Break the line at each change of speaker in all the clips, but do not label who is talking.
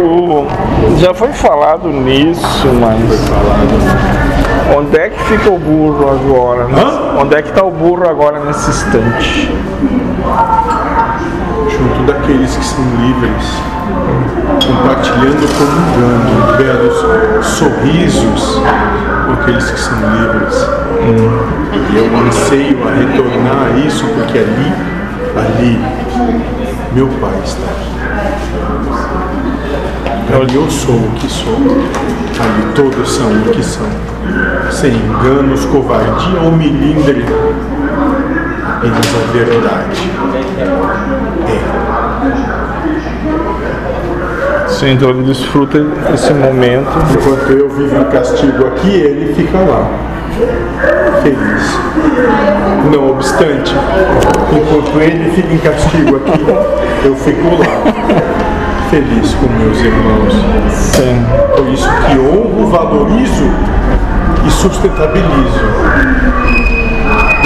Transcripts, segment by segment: o- já foi falado nisso, mas onde é que fica o burro agora? né?
Hã?
Onde é que tá o burro agora nesse instante?
junto daqueles que são livres, compartilhando, comungando belos sorrisos com aqueles que são livres. E eu anseio a retornar a isso, porque ali, ali, meu Pai está aqui. Ali eu sou o que sou, ali todos são o que são, sem enganos, covardia ou milindre, eles a verdade.
Sim, então ele desfruta esse momento.
Enquanto eu vivo em castigo aqui, ele fica lá. Feliz. Não obstante, enquanto ele fica em castigo aqui, eu fico lá. Feliz com meus irmãos.
Sim.
Por isso que honro, valorizo e sustentabilizo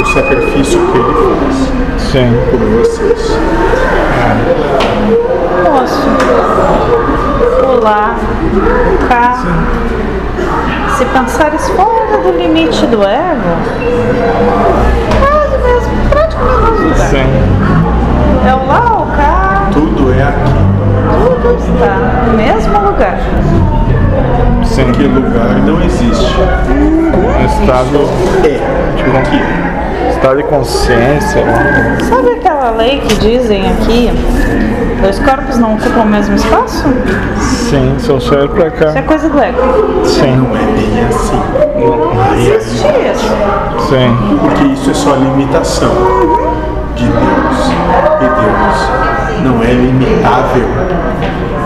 o sacrifício que ele faz
Sim.
por vocês.
Posso pular, cá. Se pensares fora um do limite do ego, quase mesmo, praticamente não está.
Sim.
É o lá, o cá,
Tudo é aqui.
tudo está no mesmo lugar.
Sim.
Que lugar não existe.
Um estado,
É.
tipo, um estado de consciência. né?
Sabe aquela lei que dizem aqui? Dois corpos não ocupam o mesmo espaço?
Sim, se eu sair pra
Isso é
cá.
coisa do ego.
Sim.
Não é bem assim.
Não existe isso.
Sim.
Porque isso é só limitação de Deus. E Deus não é limitável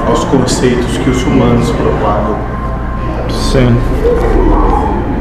aos conceitos que os humanos propagam.
Sim.